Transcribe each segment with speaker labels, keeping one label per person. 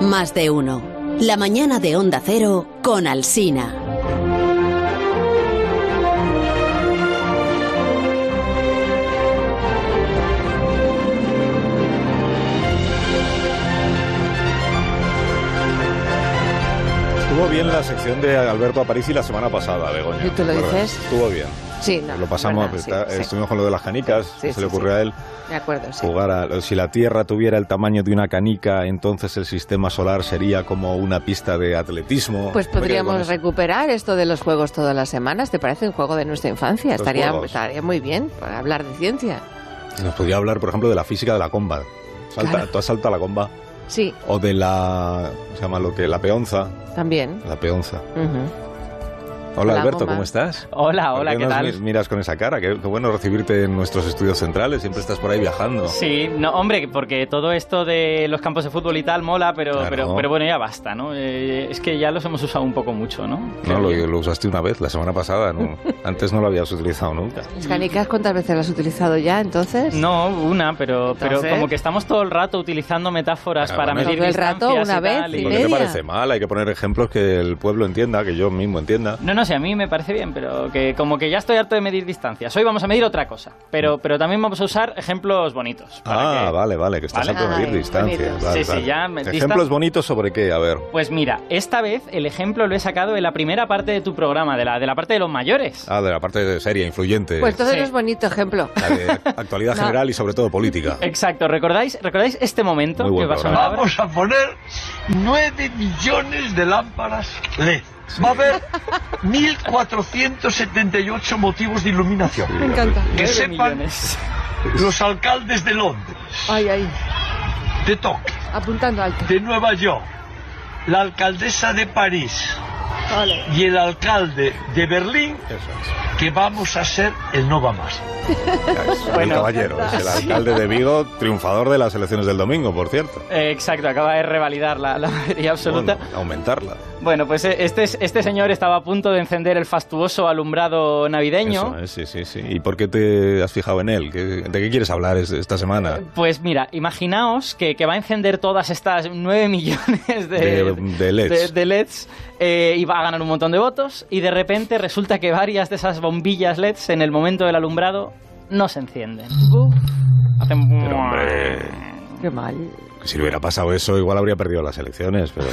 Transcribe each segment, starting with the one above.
Speaker 1: Más de uno. La mañana de Onda Cero con Alsina.
Speaker 2: Estuvo bien la sección de Alberto Aparici la semana pasada, Begoña.
Speaker 3: ¿Y tú lo
Speaker 2: ¿te acuerdas?
Speaker 3: dices?
Speaker 2: Estuvo bien.
Speaker 3: Sí, no,
Speaker 2: Lo pasamos, pues
Speaker 3: bueno, sí,
Speaker 2: está-
Speaker 3: sí.
Speaker 2: estuvimos con lo de las canicas,
Speaker 3: Sí,
Speaker 2: que
Speaker 3: sí,
Speaker 2: se le ocurrió a él
Speaker 3: De acuerdo, sí.
Speaker 2: jugar a... Si la Tierra tuviera el tamaño de una canica, entonces el sistema solar sería como una pista de atletismo.
Speaker 3: Pues
Speaker 2: Me quedé con
Speaker 3: podríamos
Speaker 2: eso.
Speaker 3: recuperar esto de los juegos todas las semanas, ¿te parece? Un juego de nuestra infancia.
Speaker 2: Los
Speaker 3: Estaría,
Speaker 2: juegos.
Speaker 3: estaría muy bien para hablar de ciencia.
Speaker 2: Nos podría hablar, por ejemplo, de la física de la comba. Salta,
Speaker 3: Claro.
Speaker 2: Tú has saltado la comba.
Speaker 3: Sí,
Speaker 2: O de la... ¿Cómo se llama lo que? La peonza.
Speaker 3: también.
Speaker 2: La peonza.
Speaker 3: Ujú.
Speaker 2: Hola,
Speaker 3: Hola,
Speaker 2: Alberto,
Speaker 3: Goma.
Speaker 2: ¿cómo estás?
Speaker 4: Hola, hola,
Speaker 2: ¿Por
Speaker 4: ¿qué
Speaker 2: nos
Speaker 4: tal?
Speaker 2: mi- miras con esa cara? Qué, qué bueno recibirte en nuestros estudios centrales. Siempre estás por ahí viajando.
Speaker 4: Sí, no, hombre, porque todo esto de los campos de fútbol y tal mola, pero,
Speaker 2: Claro.
Speaker 4: pero, pero bueno, ya basta, ¿no? Eh, es que ya los hemos usado un poco mucho, ¿no?
Speaker 2: No,
Speaker 4: Creo
Speaker 2: lo,
Speaker 4: que-
Speaker 2: lo usaste una vez, la semana pasada. ¿no? Antes no lo habías utilizado nunca.
Speaker 3: ¿Las canicas cuántas veces las has utilizado ya entonces?
Speaker 4: No, una, pero,
Speaker 3: Entonces-
Speaker 4: pero como que estamos todo el rato utilizando metáforas
Speaker 2: Ah,
Speaker 4: para
Speaker 2: bueno.
Speaker 4: medir
Speaker 3: Todo el rato,
Speaker 4: distancias
Speaker 3: una
Speaker 4: y
Speaker 3: vez,
Speaker 4: tal, y-
Speaker 3: sí.
Speaker 2: ¿Por qué te
Speaker 3: media.
Speaker 2: parece mal? Hay que poner ejemplos que el pueblo entienda, que yo mismo entienda.
Speaker 4: No, no sé, a mí me parece bien, pero que como que ya estoy harto de medir distancias. Hoy vamos a medir otra cosa, pero, pero también vamos a usar ejemplos bonitos. para
Speaker 2: Ah,
Speaker 4: que-
Speaker 2: vale, vale, que estás
Speaker 4: Vale.
Speaker 2: a medir
Speaker 3: Ay,
Speaker 2: distancias.
Speaker 3: bonito.
Speaker 2: vale,
Speaker 4: Sí, sí,
Speaker 2: vale.
Speaker 4: ya me-
Speaker 2: ¿Ejemplos
Speaker 4: distan-
Speaker 2: bonitos sobre qué? A ver.
Speaker 4: Pues mira, esta vez el ejemplo lo he sacado de la primera parte de tu programa, de la, de la parte de los mayores.
Speaker 2: Ah, de la parte de seria, influyente.
Speaker 3: Pues entonces
Speaker 4: Sí.
Speaker 3: no es bonito ejemplo.
Speaker 2: la de actualidad
Speaker 3: No. Eh.
Speaker 2: general y sobre todo política.
Speaker 4: Exacto, ¿recordáis, ¿recordáis este momento
Speaker 2: Muy buen
Speaker 4: que va a sonar
Speaker 2: programa.
Speaker 4: ahora?
Speaker 5: Vamos a poner 9 millones de lámparas LED. Va a haber 1.478 motivos de iluminación.
Speaker 3: Me encanta.
Speaker 5: Que
Speaker 4: Nueve
Speaker 5: sepan
Speaker 4: millones.
Speaker 5: los alcaldes de Londres,
Speaker 3: Ay, ay,
Speaker 5: de Tokio,
Speaker 3: apuntando alto.
Speaker 5: de Nueva York, la alcaldesa de París
Speaker 3: Ole.
Speaker 5: y el alcalde de Berlín,
Speaker 2: Eso es.
Speaker 5: que vamos a ser el no va más.
Speaker 2: el
Speaker 4: Bueno.
Speaker 2: caballero, es el alcalde de Vigo, triunfador de las elecciones del domingo, por cierto.
Speaker 4: Eh, Exacto, acaba de revalidar la, la mayoría absoluta. Bueno,
Speaker 2: Bueno, aumentarla.
Speaker 4: pues eh, este, es- este señor estaba a punto de encender el fastuoso alumbrado navideño.
Speaker 2: Eso es, sí, sí, sí. ¿Y por qué te has fijado en él? ¿Qué- ¿De qué quieres hablar es- esta semana?
Speaker 4: Pues mira, imaginaos que, que va a encender todas estas 9 millones de,
Speaker 2: De- E de LEDs.
Speaker 4: de- de LEDs, eh, y va a ganar un montón de votos y de repente resulta que varias de esas bombillas LEDs en el momento del alumbrado no se encienden. Hacen-
Speaker 2: Pero, hombre,
Speaker 3: Qué mal.
Speaker 2: si le hubiera pasado eso, igual habría perdido las elecciones, pero...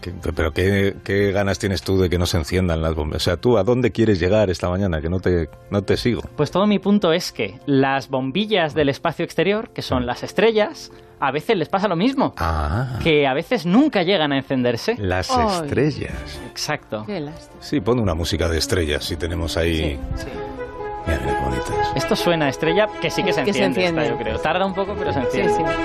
Speaker 2: ¿qué- Pero qué, qué ganas tienes tú de que no se enciendan las bombas. O sea, tú a dónde quieres llegar esta mañana, que no te, no te sigo.
Speaker 4: Pues todo mi punto es que las bombillas del espacio exterior, que son las estrellas, a veces les pasa lo mismo,
Speaker 2: Ah,
Speaker 4: que a veces nunca llegan a encenderse.
Speaker 2: las
Speaker 3: Ay.
Speaker 2: estrellas.
Speaker 4: Exacto.
Speaker 3: Qué lástima.
Speaker 2: Sí, pon una música de estrellas si tenemos ahí.
Speaker 3: Sí.
Speaker 2: Mira, mira qué bonitas.
Speaker 4: Esto suena a estrella que sí que se
Speaker 3: Que
Speaker 4: enciende,
Speaker 3: se enciende.
Speaker 4: esta, yo creo. Tarda un poco, pero se
Speaker 3: Sí,
Speaker 4: enciende.
Speaker 3: sí.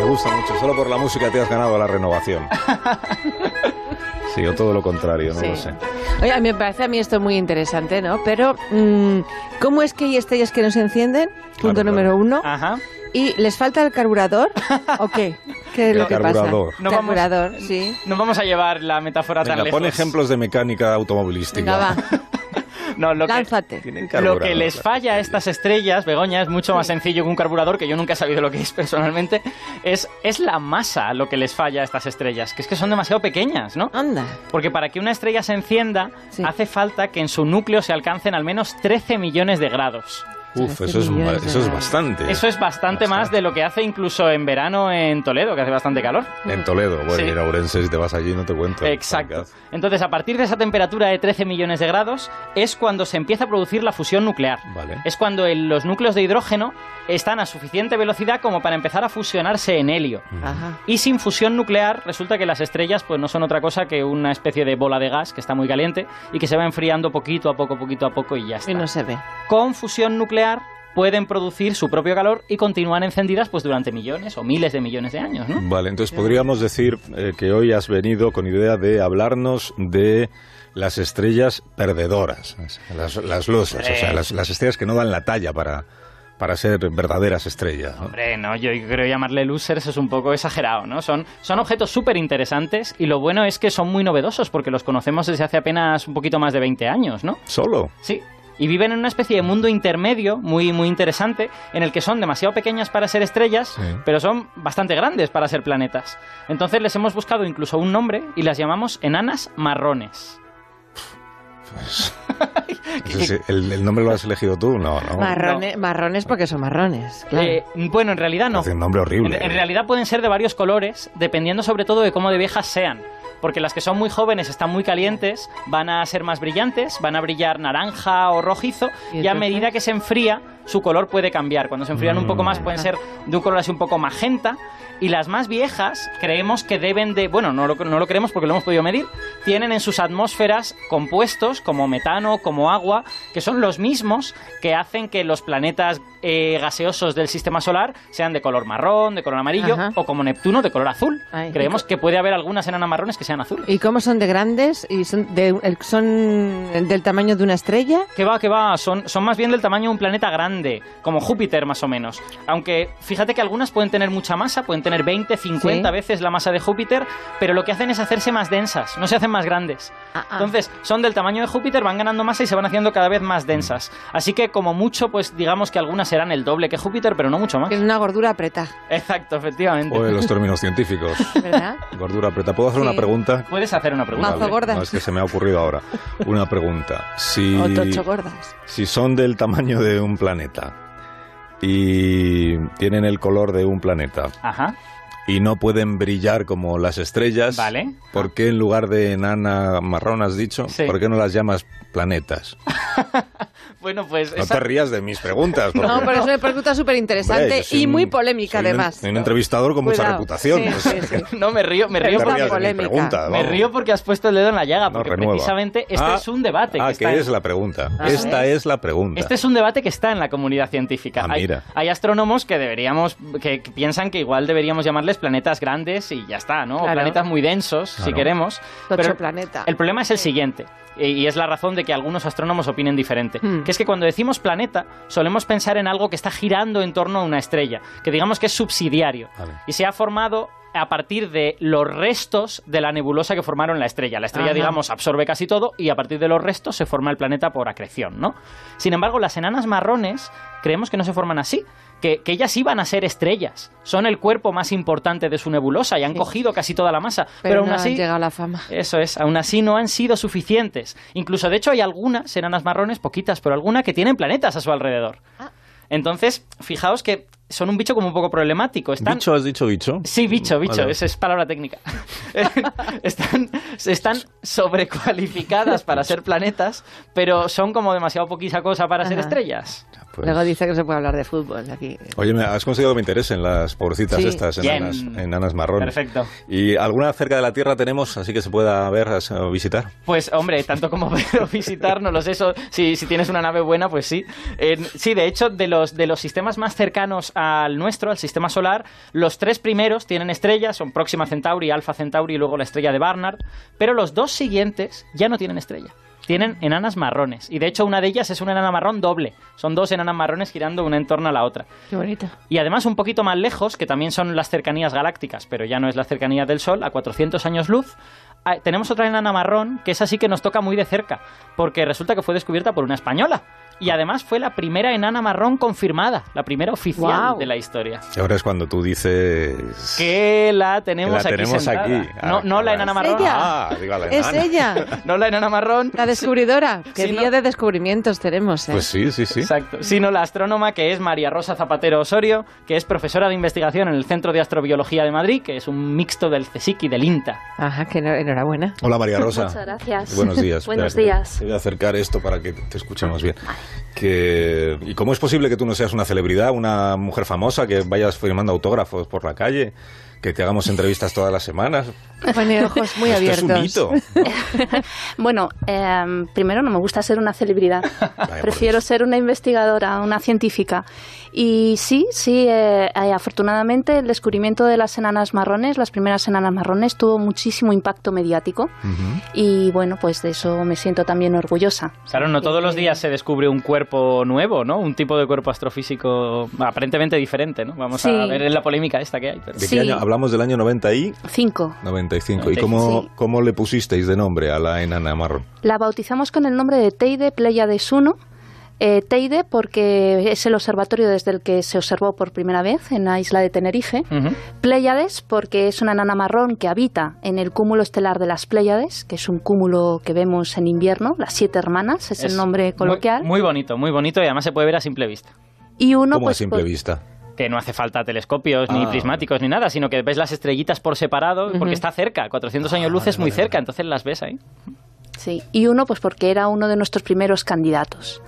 Speaker 2: Me gusta mucho. Solo por la música te has ganado la renovación. Sí, o todo lo contrario, no
Speaker 3: Sí.
Speaker 2: lo sé.
Speaker 3: Oye, a mí me parece a mí esto muy interesante, ¿no? Pero, mm, ¿cómo es que hay estrellas que no se encienden? Punto
Speaker 2: Claro,
Speaker 3: número uno.
Speaker 4: Ajá.
Speaker 3: ¿Y les falta el carburador o qué? ¿Qué es
Speaker 2: El
Speaker 3: lo que
Speaker 2: carburador.
Speaker 3: pasa?
Speaker 4: No vamos-
Speaker 3: carburador, sí.
Speaker 4: No vamos a llevar la metáfora tan
Speaker 2: Venga,
Speaker 4: lejos.
Speaker 2: pon ejemplos de mecánica automovilística.
Speaker 3: Venga, va,
Speaker 4: No, lo que,
Speaker 3: lánzate.
Speaker 2: Tienen
Speaker 4: lo
Speaker 2: carburador,
Speaker 4: que les
Speaker 2: las
Speaker 4: falla a
Speaker 2: estrellas.
Speaker 4: estas estrellas, Begoña, es mucho más sencillo que un carburador, que yo nunca he sabido lo que es personalmente, es, es la masa lo que les falla a estas estrellas, que es que son demasiado pequeñas, ¿no?
Speaker 3: Anda.
Speaker 4: Porque para que una estrella se encienda,
Speaker 3: Sí.
Speaker 4: hace falta que en su núcleo se alcancen al menos 13 millones de grados.
Speaker 2: Uf, eso es, ma- eso es bastante.
Speaker 4: Eso es bastante más de lo que hace incluso en verano en Toledo, que hace bastante calor.
Speaker 2: En Toledo, bueno,
Speaker 4: Mm. Sí.
Speaker 2: mira, Ourense, si te vas allí no te cuento.
Speaker 4: Exacto. Entonces, a partir de esa temperatura de 13 millones de grados, es cuando se empieza a producir la fusión nuclear.
Speaker 2: Vale.
Speaker 4: Es cuando el- los núcleos de hidrógeno están a suficiente velocidad como para empezar a fusionarse en helio.
Speaker 2: Mm.
Speaker 3: Ajá.
Speaker 4: Y sin fusión nuclear, resulta que las estrellas pues no son otra cosa que una especie de bola de gas que está muy caliente y que se va enfriando poquito a poco, poquito a poco y ya está.
Speaker 3: Y no se ve.
Speaker 4: Con fusión nuclear pueden producir su propio calor y continúan encendidas pues durante millones o miles de millones de años, ¿no?
Speaker 2: Vale, entonces podríamos decir eh, que hoy has venido con idea de hablarnos de las estrellas perdedoras, las, las losas, o sea, las, las estrellas que no dan la talla para, para ser verdaderas estrellas. ¿no?
Speaker 4: Hombre, no, yo creo llamarle losers es un poco exagerado, ¿no? Son, son objetos súper interesantes y lo bueno es que son muy novedosos porque los conocemos desde hace apenas un poquito más de 20 años, ¿no?
Speaker 2: Solo.
Speaker 4: Sí. y viven en una especie de mundo intermedio muy, muy interesante en el que son demasiado pequeñas para ser estrellas,
Speaker 2: Sí.
Speaker 4: pero son bastante grandes para ser planetas. Entonces les hemos buscado incluso un nombre y las llamamos enanas marrones.
Speaker 2: Eso sí, ¿El, el nombre lo has elegido tú? No, no.
Speaker 3: Marrone- Marrones porque son marrones, claro.
Speaker 4: Eh, bueno, en realidad no.
Speaker 2: Hace un nombre horrible.
Speaker 4: En, en realidad pueden ser de varios colores, dependiendo sobre todo de cómo de viejas sean. Porque las que son muy jóvenes están muy calientes, van a ser más brillantes, van a brillar naranja o rojizo,
Speaker 3: ¿Y
Speaker 4: y, a
Speaker 3: entonces?
Speaker 4: medida que se enfría, su color puede cambiar. Cuando se enfrían un poco
Speaker 3: Mm.
Speaker 4: más, pueden ser de un color así un poco magenta. Y las más viejas creemos que deben de. Bueno, no lo, no lo creemos porque lo hemos podido medir. Tienen en sus atmósferas compuestos como metano, como agua, que son los mismos que hacen que los planetas eh, gaseosos del sistema solar sean de color marrón, de color amarillo
Speaker 3: Ajá.
Speaker 4: o como Neptuno de color azul.
Speaker 3: Ay.
Speaker 4: Creemos que puede haber algunas enanas marrones que sean azules.
Speaker 3: ¿Y cómo son de grandes? ¿Y son, de- el- son del tamaño de una estrella?
Speaker 4: Que va, que va, son, son más bien del tamaño de un planeta grande, como Júpiter más o menos. Aunque fíjate que algunas pueden tener mucha masa, pueden tener 20, 50
Speaker 3: Sí.
Speaker 4: veces la masa de Júpiter, pero lo que hacen es hacerse más densas, no se hacen más grandes.
Speaker 3: Ah.
Speaker 4: Entonces, son del tamaño de Júpiter, van ganando masa y se van haciendo cada vez más densas. Así que, como mucho, pues digamos que algunas serán el doble que Júpiter, pero no mucho más.
Speaker 3: Que es una gordura apretada,
Speaker 4: Exacto, efectivamente.
Speaker 2: O de los términos científicos.
Speaker 3: ¿verdad?
Speaker 2: Gordura preta. ¿Puedo hacer
Speaker 3: Sí.
Speaker 2: una pregunta?
Speaker 4: Puedes hacer una pregunta.
Speaker 3: Mazo
Speaker 2: Vale.
Speaker 3: gorda.
Speaker 2: No, es que se me ha ocurrido ahora. Una pregunta. Si,
Speaker 3: O tocho gordas.
Speaker 2: si son del tamaño de un planeta y tienen el color de un planeta
Speaker 4: Ajá.
Speaker 2: y no pueden brillar como las estrellas,
Speaker 4: Vale.
Speaker 2: ¿por qué en lugar de enana marrón has dicho?
Speaker 4: Sí.
Speaker 2: ¿Por qué no las llamas planetas?
Speaker 4: Bueno, pues.
Speaker 2: No
Speaker 4: esa-
Speaker 2: te rías de mis preguntas. porque,
Speaker 3: No, pero es una pregunta súper
Speaker 2: hombre,
Speaker 3: interesante
Speaker 2: yo soy
Speaker 3: y
Speaker 2: un-
Speaker 3: muy polémica
Speaker 2: soy un-
Speaker 3: además.
Speaker 2: soy Un, entrevistador con mucha
Speaker 3: Cuidado.
Speaker 2: reputación.
Speaker 3: Sí,
Speaker 2: o sea,
Speaker 3: sí, sí.
Speaker 2: que no
Speaker 4: No, me río, me
Speaker 2: te
Speaker 4: río.
Speaker 3: Está
Speaker 2: rías de mi
Speaker 3: polémica.
Speaker 2: pregunta.
Speaker 4: Me
Speaker 2: vamos.
Speaker 4: río porque has puesto el dedo en la llaga,
Speaker 2: No,
Speaker 4: porque
Speaker 2: renueva.
Speaker 4: precisamente este
Speaker 2: Ah,
Speaker 4: es un debate.
Speaker 2: Ah, que,
Speaker 4: que está en-
Speaker 2: es la pregunta.
Speaker 3: Ah,
Speaker 2: Esta es la pregunta.
Speaker 4: Este es un debate que está en la comunidad científica.
Speaker 2: Ah,
Speaker 4: hay,
Speaker 2: mira.
Speaker 4: hay astrónomos que deberíamos, que que piensan que igual deberíamos llamarles planetas grandes y ya está, ¿no? O
Speaker 3: Claro.
Speaker 4: planetas muy densos, si
Speaker 2: Claro.
Speaker 4: queremos.
Speaker 3: Tocho
Speaker 4: Pero
Speaker 3: planeta.
Speaker 4: el problema es el siguiente, y- y es la razón de que algunos astrónomos opinen diferente,
Speaker 3: Hmm.
Speaker 4: que es que cuando decimos planeta solemos pensar en algo que está girando en torno a una estrella, que digamos que es subsidiario
Speaker 2: Vale.
Speaker 4: y se ha formado a partir de los restos de la nebulosa que formaron la estrella. La estrella,
Speaker 3: Ajá.
Speaker 4: digamos, absorbe casi todo y a partir de los restos se forma el planeta por acreción, ¿no? Sin embargo, las enanas marrones creemos que no se forman así, que, que ellas iban a ser estrellas, son el cuerpo más importante de su nebulosa y han
Speaker 3: Sí.
Speaker 4: cogido casi toda la masa, pero,
Speaker 3: Pero,
Speaker 4: aún
Speaker 3: no
Speaker 4: así
Speaker 3: han llegado a la fama.
Speaker 4: eso es, aún así no han sido suficientes. Incluso, de hecho, hay algunas enanas marrones, poquitas, pero alguna que tienen planetas a su alrededor.
Speaker 3: Ah.
Speaker 4: Entonces, fijaos que son un bicho como un poco problemático. Están...
Speaker 2: ¿Bicho has dicho bicho?
Speaker 4: Sí, bicho, bicho,
Speaker 2: Vale.
Speaker 4: esa es palabra técnica. están, están sobrecualificadas para ser planetas, pero son como demasiado poquita cosa para ser
Speaker 3: Ajá.
Speaker 4: estrellas.
Speaker 2: Pues-
Speaker 3: Luego dice que no se puede hablar de fútbol aquí.
Speaker 2: Oye, me has conseguido que me interesen las pobrecitas
Speaker 3: Sí.
Speaker 2: estas
Speaker 4: Bien.
Speaker 2: enanas, enanas marrones.
Speaker 4: Perfecto.
Speaker 2: ¿Y alguna cerca de la Tierra tenemos así que se pueda ver, as- o visitar?
Speaker 4: Pues hombre, tanto como verlo, visitar, no lo sé, eso, si, si tienes una nave buena, pues sí. Eh, sí, de hecho, de los, de los sistemas más cercanos al nuestro, al sistema solar, los tres primeros tienen estrellas, son Próxima Centauri, Alfa Centauri y luego la estrella de Barnard, pero los dos siguientes ya no tienen estrella. Tienen enanas marrones. Y de hecho, una de ellas es una enana marrón doble. Son dos enanas marrones girando una en torno a la otra.
Speaker 3: Qué bonito.
Speaker 4: Y además un poquito más lejos, que también son las cercanías galácticas, pero ya no es la cercanía del Sol, a 400 años luz, ah, tenemos otra enana marrón, que es así que nos toca muy de cerca, porque resulta que fue descubierta por una española. Y además fue la primera enana marrón confirmada, la primera oficial
Speaker 3: Guau.
Speaker 4: de la historia.
Speaker 2: Y ahora es cuando tú dices...
Speaker 4: Que la tenemos
Speaker 2: Que la
Speaker 4: aquí.
Speaker 2: tenemos
Speaker 4: sentada.
Speaker 2: aquí. Ah,
Speaker 4: No, no la
Speaker 2: caray.
Speaker 4: enana
Speaker 2: ¿Es
Speaker 4: marrón.
Speaker 3: ella?
Speaker 2: Ah, digo, a la
Speaker 3: Es
Speaker 2: enana.
Speaker 3: ella,
Speaker 4: No la enana marrón.
Speaker 3: la descubridora. Qué
Speaker 4: Sí,
Speaker 3: día
Speaker 4: no.
Speaker 3: de descubrimientos tenemos, ¿eh?
Speaker 2: Pues sí, sí, sí.
Speaker 4: Exacto. Sino la astrónoma que es María Rosa Zapatero Osorio, que es profesora de investigación en el Centro de Astrobiología de Madrid, que es un mixto del CSIC y del INTA.
Speaker 3: Ajá, que no- enhorabuena.
Speaker 2: Hola María Rosa.
Speaker 6: Muchas gracias.
Speaker 2: Buenos días.
Speaker 6: Buenos
Speaker 2: Espera, que
Speaker 6: días.
Speaker 2: Te voy a acercar esto para que te escuchemos bien. Que, ¿Y cómo es posible que tú no seas una celebridad, una mujer famosa, que vayas firmando autógrafos por la calle, que te hagamos entrevistas todas las semanas?
Speaker 3: Pone ojos muy
Speaker 2: Esto
Speaker 3: abiertos.
Speaker 2: es un mito.
Speaker 6: Bueno, em, primero no me gusta ser una celebridad.
Speaker 2: por
Speaker 6: Prefiero
Speaker 2: Dios.
Speaker 6: ser una investigadora, una científica. Y sí, sí, eh, eh, afortunadamente el descubrimiento de las enanas marrones, las primeras enanas marrones, tuvo muchísimo impacto mediático. Y bueno, pues de eso me siento también orgullosa.
Speaker 4: Claro, no todos
Speaker 6: Este,
Speaker 4: los días se descubre un cuerpo nuevo, ¿no? Un tipo de cuerpo astrofísico aparentemente diferente, ¿no? Vamos a
Speaker 6: Sí.
Speaker 4: ver en la polémica esta que hay. pero-
Speaker 2: ¿De qué
Speaker 6: Sí.
Speaker 2: año? Hablamos del año 90 y
Speaker 6: Cinco.
Speaker 2: 95. ¿Y cómo,
Speaker 6: Sí.
Speaker 2: cómo le pusisteis de nombre a la enana marrón?
Speaker 6: La bautizamos con el nombre de Teide Pleiades 1 Eh, Teide, porque es el observatorio desde el que se observó por primera vez en la isla de Tenerife.
Speaker 4: Ujú.
Speaker 6: Pléyades, porque es una enana marrón que habita en el cúmulo estelar de las Pléyades, que es un cúmulo que vemos en invierno, las siete hermanas, es, el nombre
Speaker 4: muy-
Speaker 6: coloquial.
Speaker 4: Muy, bonito, muy bonito y además se puede ver a simple vista.
Speaker 6: y uno,
Speaker 2: ¿Cómo
Speaker 6: pues,
Speaker 2: a simple
Speaker 6: por-
Speaker 2: vista?
Speaker 4: Que no hace falta telescopios, ni
Speaker 2: Ah.
Speaker 4: prismáticos, ni nada, sino que ves las estrellitas por separado,
Speaker 3: Ujú.
Speaker 4: porque está cerca, 400
Speaker 2: Ah,
Speaker 4: años luz es muy cerca, entonces las ves ahí.
Speaker 6: Sí, y uno, pues porque era uno de nuestros primeros candidatos.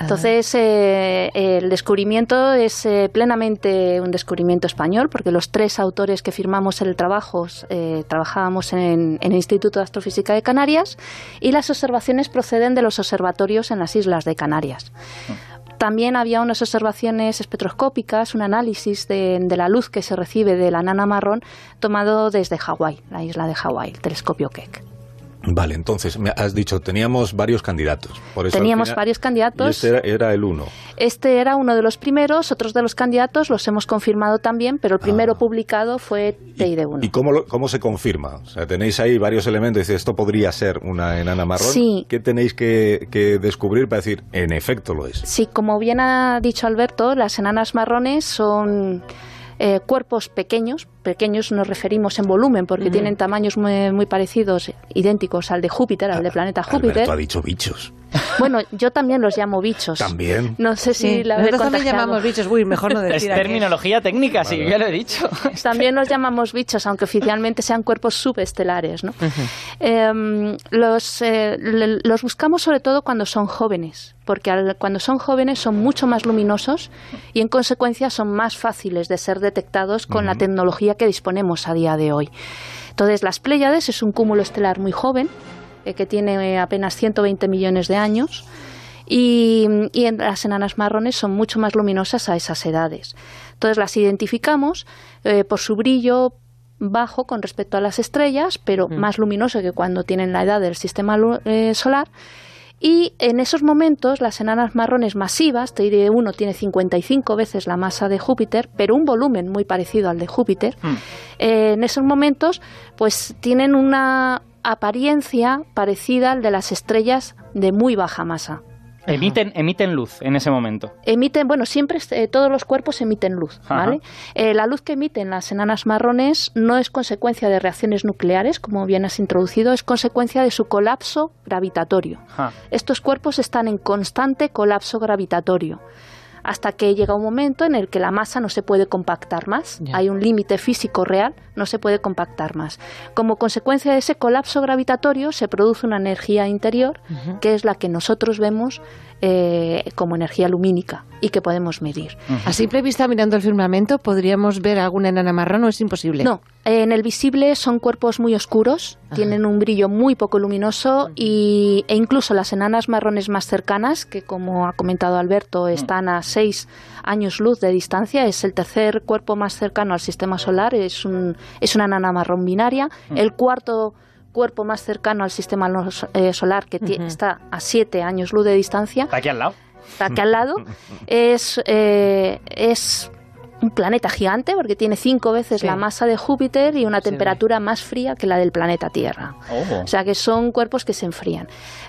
Speaker 6: Entonces, eh, el descubrimiento es eh, plenamente un descubrimiento español, porque los tres autores que firmamos el trabajo eh, trabajábamos en, en el Instituto de Astrofísica de Canarias y las observaciones proceden de los observatorios en las islas de Canarias.
Speaker 2: Ah.
Speaker 6: También había unas observaciones espectroscópicas, un análisis de, de la luz que se recibe de la nana marrón tomado desde Hawái, la isla de Hawái, el telescopio Keck.
Speaker 2: Vale, entonces, me has dicho, teníamos varios candidatos. Por eso Pues al
Speaker 6: Teníamos
Speaker 2: final-
Speaker 6: varios
Speaker 2: Y
Speaker 6: candidatos.
Speaker 2: este era, era el uno.
Speaker 6: Este era uno de los primeros, otros de los candidatos los hemos confirmado también, pero el primero
Speaker 2: Ah.
Speaker 6: publicado fue Teide
Speaker 2: ¿Y
Speaker 6: 1.
Speaker 2: cómo, lo- cómo se confirma? O sea, tenéis ahí varios elementos. Dice, esto podría ser una enana marrón.
Speaker 6: Sí.
Speaker 2: ¿Qué tenéis que, que descubrir para decir, en efecto lo es?
Speaker 6: Sí, como bien ha dicho Alberto, las enanas marrones son eh, cuerpos pequeños, pequeños nos referimos en volumen porque tienen tamaños muy, muy parecidos, idénticos al de Júpiter, al del planeta
Speaker 2: Ah,
Speaker 6: Júpiter. Pues
Speaker 2: Alberto ha dicho bichos.
Speaker 6: Bueno, yo también los llamo bichos.
Speaker 2: También.
Speaker 6: No sé si
Speaker 3: Sí,
Speaker 6: la habré
Speaker 3: nosotros también
Speaker 6: contagiado.
Speaker 3: llamamos bichos. Uy, mejor no
Speaker 4: Es
Speaker 3: decir a qué.
Speaker 4: terminología técnica, sí,
Speaker 2: Vale.
Speaker 4: yo ya lo he dicho.
Speaker 6: También los llamamos bichos, aunque oficialmente sean cuerpos subestelares. ¿no? Em, los, eh, le- los buscamos sobre todo cuando son jóvenes, porque al- cuando son jóvenes son mucho más luminosos y en consecuencia son más fáciles de ser detectados con la tecnología que disponemos a día de hoy. Entonces, las Pléyades es un cúmulo estelar muy joven, eh, que tiene eh, apenas 120 millones de años. Y, y en- las enanas marrones son mucho más luminosas a esas edades. Entonces las identificamos eh, por su brillo bajo con respecto a las estrellas, pero más luminoso que cuando tienen la edad del sistema lu- eh, solar. Y en esos momentos las enanas marrones masivas, Teide 1 tiene 55 veces la masa de Júpiter, pero un volumen muy parecido al de Júpiter,
Speaker 4: Mm.
Speaker 6: eh, en esos momentos pues tienen una apariencia parecida al de las estrellas de muy baja masa.
Speaker 4: Emiten, emiten luz en ese momento.
Speaker 6: Emiten, bueno, siempre eh, todos los cuerpos emiten luz,
Speaker 4: Ajá.
Speaker 6: ¿vale? Eh, la luz que emiten las enanas marrones no es consecuencia de reacciones nucleares, como bien has introducido, es consecuencia de su colapso gravitatorio.
Speaker 4: Ajá.
Speaker 6: Estos cuerpos están en constante colapso gravitatorio hasta que llega un momento en el que la masa no se puede compactar más.
Speaker 3: Ya.
Speaker 6: Hay un límite físico real, no se puede compactar más. Como consecuencia de ese colapso gravitatorio se produce una energía interior
Speaker 3: Ujú.
Speaker 6: que es la que nosotros vemos eh, como energía lumínica y que podemos medir.
Speaker 3: A simple vista, mirando el firmamento, ¿podríamos ver alguna enana marrón o es imposible?
Speaker 6: No, en el visible son cuerpos muy oscuros, tienen un brillo muy poco luminoso y, e incluso las enanas marrones más cercanas, que como ha comentado Alberto, están a 6 años luz de distancia, es el tercer cuerpo más cercano al sistema solar, es, un, es una enana marrón binaria, el cuarto cuerpo más cercano al sistema no- eh, solar que ti- está a 7 años luz de distancia
Speaker 4: Está aquí al lado.
Speaker 6: está aquí al lado, es, eh, es un planeta gigante porque tiene cinco veces
Speaker 3: Sí.
Speaker 6: la masa de Júpiter y una
Speaker 3: Se ve.
Speaker 6: temperatura más fría que la del planeta Tierra. O sea que son cuerpos que se enfrían.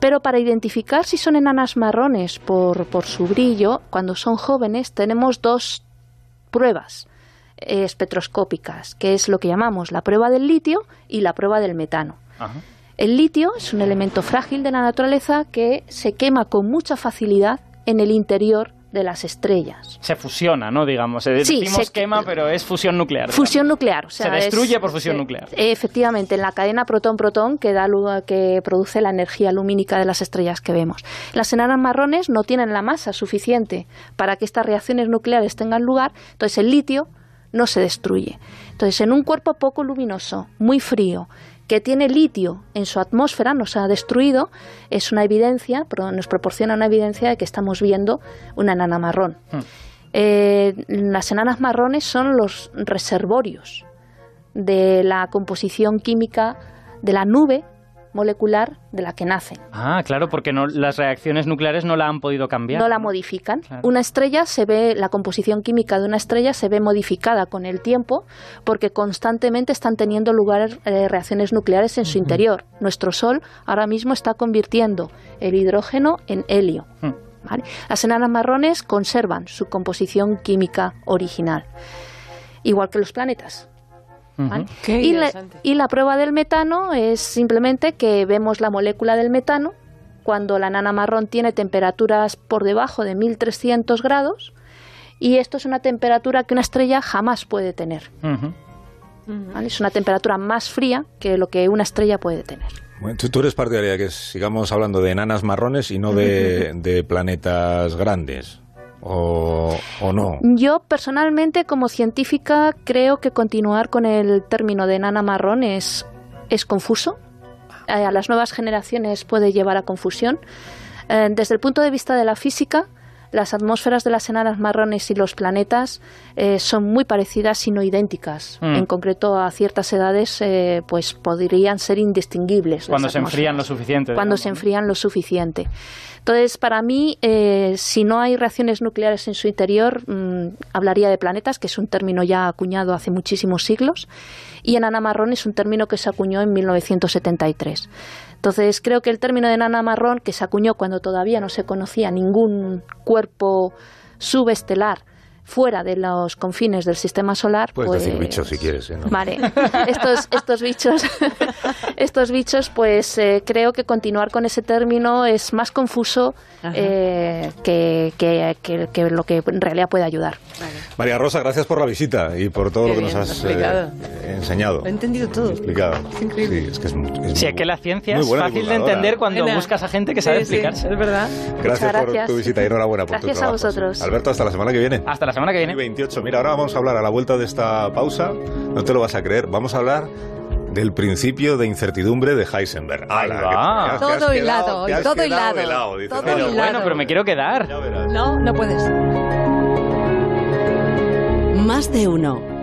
Speaker 6: Pero para identificar si son enanas marrones por, por su brillo, cuando son jóvenes tenemos dos pruebas eh, espectroscópicas, que es lo que llamamos la prueba del litio y la prueba del metano.
Speaker 4: Ajá.
Speaker 6: El litio es un elemento frágil de la naturaleza que se quema con mucha facilidad en el interior de las estrellas.
Speaker 4: Se fusiona, ¿no? Digamos. eh,
Speaker 6: Sí,
Speaker 4: Decimos
Speaker 6: se-
Speaker 4: quema, pero es fusión nuclear.
Speaker 6: Fusión nuclear. o sea,
Speaker 4: Se destruye
Speaker 6: es-
Speaker 4: por fusión
Speaker 6: eh,
Speaker 4: nuclear.
Speaker 6: Efectivamente, en la cadena protón-protón que, da lu- que produce la energía lumínica de las estrellas que vemos. Las enanas marrones no tienen la masa suficiente para que estas reacciones nucleares tengan lugar, entonces el litio no se destruye. Entonces, en un cuerpo poco luminoso, muy frío, que tiene litio en su atmósfera, no se ha destruido, es una evidencia, pro- nos proporciona una evidencia de que estamos viendo una enana marrón.
Speaker 4: Hmm.
Speaker 6: Eh, las enanas marrones son los reservorios de la composición química de la nube molecular de la que nacen.
Speaker 4: Ah, claro, porque no, las reacciones nucleares no la han podido cambiar.
Speaker 6: No la modifican.
Speaker 4: Claro.
Speaker 6: Una estrella se ve, la composición química de una estrella se ve modificada con el tiempo porque constantemente están teniendo lugar eh, reacciones nucleares en su interior. Nuestro Sol ahora mismo está convirtiendo el hidrógeno en helio.
Speaker 4: Hmm.
Speaker 6: ¿vale? Las enanas marrones conservan su composición química original, igual que los planetas. ¿vale?
Speaker 3: Qué
Speaker 6: y, la,
Speaker 3: interesante.
Speaker 6: y la prueba del metano es simplemente que vemos la molécula del metano cuando la enana marrón tiene temperaturas por debajo de 1300 grados y esto es una temperatura que una estrella jamás puede tener.
Speaker 4: Ujú.
Speaker 6: ¿vale? Es una temperatura más fría que lo que una estrella puede tener.
Speaker 2: Bueno, tú, tú eres partidaria de que sigamos hablando de enanas marrones y no de, de planetas grandes. O, o no.
Speaker 6: Yo personalmente, como científica, creo que continuar con el término de enana marrón es, es confuso. Eh, A las nuevas generaciones puede llevar a confusión. Eh, Desde el punto de vista de la física, las atmósferas de las enanas marrones y los planetas eh, son muy parecidas, si no idénticas.
Speaker 4: Mm.
Speaker 6: En concreto, a ciertas edades, eh, pues podrían ser indistinguibles. las
Speaker 4: Cuando se enfrían
Speaker 6: atmósferas
Speaker 4: lo suficiente.
Speaker 6: cuando
Speaker 4: digamos,
Speaker 6: se
Speaker 4: ¿no?
Speaker 6: enfrían lo suficiente. Entonces, para mí, eh, si no hay reacciones nucleares en su interior, mm, hablaría de planetas, que es un término ya acuñado hace muchísimos siglos, y enana marrón es un término que se acuñó en 1973. Entonces, creo que el término de enana marrón, que se acuñó cuando todavía no se conocía ningún cuerpo subestelar fuera de los confines del sistema solar,
Speaker 2: Puedes decir bicho si
Speaker 6: pues-
Speaker 2: quieres. ¿eh? No.
Speaker 6: Vale, estos, estos bichos, estos bichos, pues eh, creo que continuar con ese término es más confuso
Speaker 3: Ajá.
Speaker 6: eh, que, que- que- que lo que en realidad puede ayudar.
Speaker 2: María Rosa, gracias por la visita y por todo
Speaker 3: Qué
Speaker 2: lo que nos
Speaker 3: bien,
Speaker 2: has
Speaker 3: explicado.
Speaker 2: eh, enseñado.
Speaker 7: Lo he entendido todo.
Speaker 2: Explicado.
Speaker 7: Es increíble.
Speaker 2: Sí, es que es, mu- es
Speaker 4: Si
Speaker 2: muy
Speaker 4: es que la
Speaker 2: bu-
Speaker 4: ciencia
Speaker 2: muy
Speaker 4: es
Speaker 2: buena
Speaker 4: fácil de
Speaker 2: divulgadora.
Speaker 4: entender cuando
Speaker 3: Buena.
Speaker 4: buscas a gente que sabe
Speaker 3: Sí, sí,
Speaker 4: explicarse.
Speaker 3: es verdad.
Speaker 2: Gracias,
Speaker 6: Muchas
Speaker 2: por
Speaker 6: gracias.
Speaker 2: tu visita y enhorabuena por
Speaker 6: Gracias
Speaker 2: tu
Speaker 6: a
Speaker 2: trabajo.
Speaker 6: vosotros.
Speaker 2: Alberto, hasta la semana que viene.
Speaker 4: Hasta la semana que
Speaker 2: Y
Speaker 4: viene.
Speaker 2: 28. Mira, ahora vamos a hablar a la vuelta de esta pausa. No te lo vas a creer. Vamos a hablar del principio de incertidumbre de Heisenberg. ¡Hala!
Speaker 4: Ahí va.
Speaker 2: te has
Speaker 7: Todo
Speaker 2: quedado-
Speaker 7: hilado,
Speaker 2: te has
Speaker 7: todo
Speaker 2: quedado
Speaker 7: hilado,
Speaker 2: de lado, dice.
Speaker 7: todo
Speaker 2: Pero
Speaker 4: Pero
Speaker 7: hilado.
Speaker 2: bueno,
Speaker 4: bueno, pero me quiero quedar.
Speaker 2: ya verás.
Speaker 7: No, no puedes.
Speaker 1: Más de uno.